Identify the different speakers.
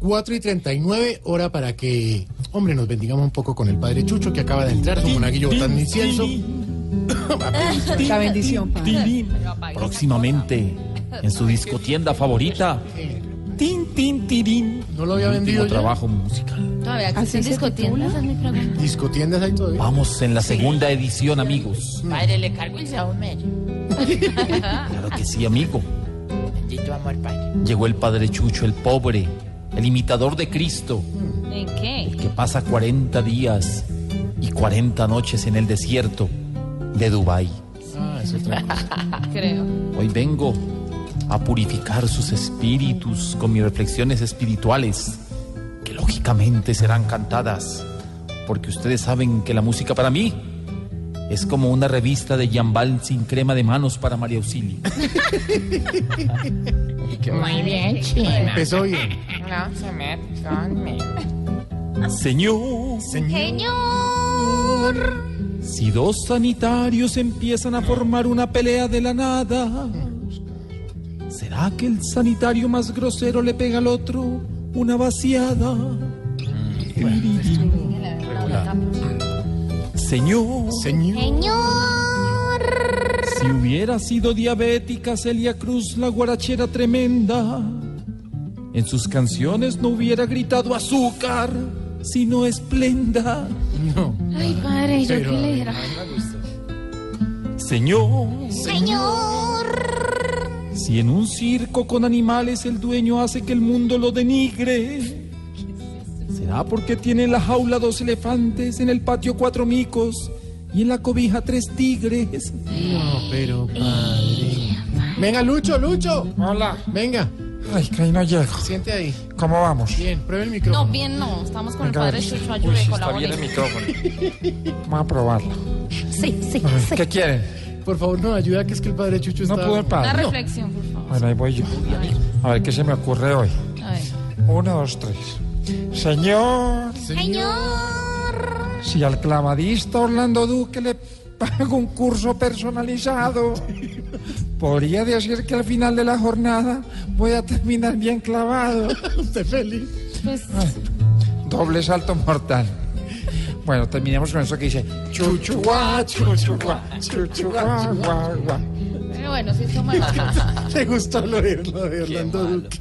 Speaker 1: 4 y 39, hora para que, hombre, nos bendigamos un poco con el padre Chucho que acaba de entrar, su monaguillo botando incienso.
Speaker 2: La bendición, padre.
Speaker 3: Próximamente en su discotienda favorita. Tin, tin, tirín.
Speaker 1: No lo había vendido.
Speaker 3: Último
Speaker 1: ya.
Speaker 3: trabajo musical.
Speaker 4: Todavía
Speaker 2: ¿Así
Speaker 4: existen
Speaker 2: se
Speaker 4: discotiendas, es mi pregunta.
Speaker 1: Discotiendas ahí todavía.
Speaker 3: Vamos en la segunda edición, amigos.
Speaker 5: Padre, le cargo el Saúmer.
Speaker 3: Claro que sí, amigo.
Speaker 5: Bendito amor, padre.
Speaker 3: Llegó el padre Chucho, el pobre, el imitador de Cristo,
Speaker 4: ¿En qué?
Speaker 3: el que pasa 40 días y 40 noches en el desierto de Dubái.
Speaker 1: Ah, es otra cosa.
Speaker 4: Creo.
Speaker 3: Hoy vengo a purificar sus espíritus con mis reflexiones espirituales, que lógicamente serán cantadas, porque ustedes saben que la música para mí es como una revista de Jambal sin crema de manos para María Auxilio.
Speaker 5: Muy bien, chino.
Speaker 1: Empezó bien.
Speaker 5: No se mete conmigo.
Speaker 3: Señor,
Speaker 4: Señor.
Speaker 3: si dos sanitarios empiezan a formar una pelea de la nada, ¿será que el sanitario más grosero le pega al otro una vaciada? Señor,
Speaker 1: Señor.
Speaker 4: Señor.
Speaker 3: si hubiera sido diabética Celia Cruz, la guarachera tremenda, en sus canciones no hubiera gritado azúcar, sino esplenda.
Speaker 1: No.
Speaker 4: Ay, padre, yo
Speaker 1: Pero,
Speaker 4: qué le diera.
Speaker 3: Señor,
Speaker 4: Señor.
Speaker 3: si en un circo con animales el dueño hace que el mundo lo denigre, ¿será porque tiene en la jaula dos elefantes, en el patio cuatro micos y en la cobija tres tigres?
Speaker 1: No, pero
Speaker 4: Eh,
Speaker 1: padre. Venga, Lucho, Lucho.
Speaker 6: Hola.
Speaker 1: Venga,
Speaker 6: Ay, que ahí no llego.
Speaker 1: siente ahí.
Speaker 6: ¿Cómo vamos?
Speaker 1: Bien, pruebe el
Speaker 4: No,
Speaker 1: micrófono.
Speaker 4: bien no. Estamos con el
Speaker 6: Venga,
Speaker 4: padre
Speaker 6: sí.
Speaker 4: Chucho Ayude, colabore.
Speaker 6: micrófono. Vamos a probarlo.
Speaker 4: Sí, sí,
Speaker 6: A ver,
Speaker 4: sí.
Speaker 6: Ah, ¿Qué quieren?
Speaker 1: Por favor, nos ayuda, que es que el padre Chucho
Speaker 6: No
Speaker 1: está...
Speaker 6: pudo el
Speaker 4: Una
Speaker 6: padre.
Speaker 4: reflexión, por favor.
Speaker 6: Bueno, ahí voy yo. A ver qué se me ocurre hoy.
Speaker 4: A ver.
Speaker 6: Uno, dos, tres. Señor,
Speaker 4: Señor.
Speaker 6: si al clavadista Orlando Duque le pago un curso personalizado, podría decir que al final de la jornada voy a terminar bien clavado.
Speaker 1: Usted feliz.
Speaker 4: Pues,
Speaker 6: Doble salto mortal. Bueno, terminemos con eso que dice chuchuá, chuchuá, chuchuá, guá, guá.
Speaker 4: eh, pero bueno, sí, somos.
Speaker 1: Le gustó lo de, lo de Orlando Duque.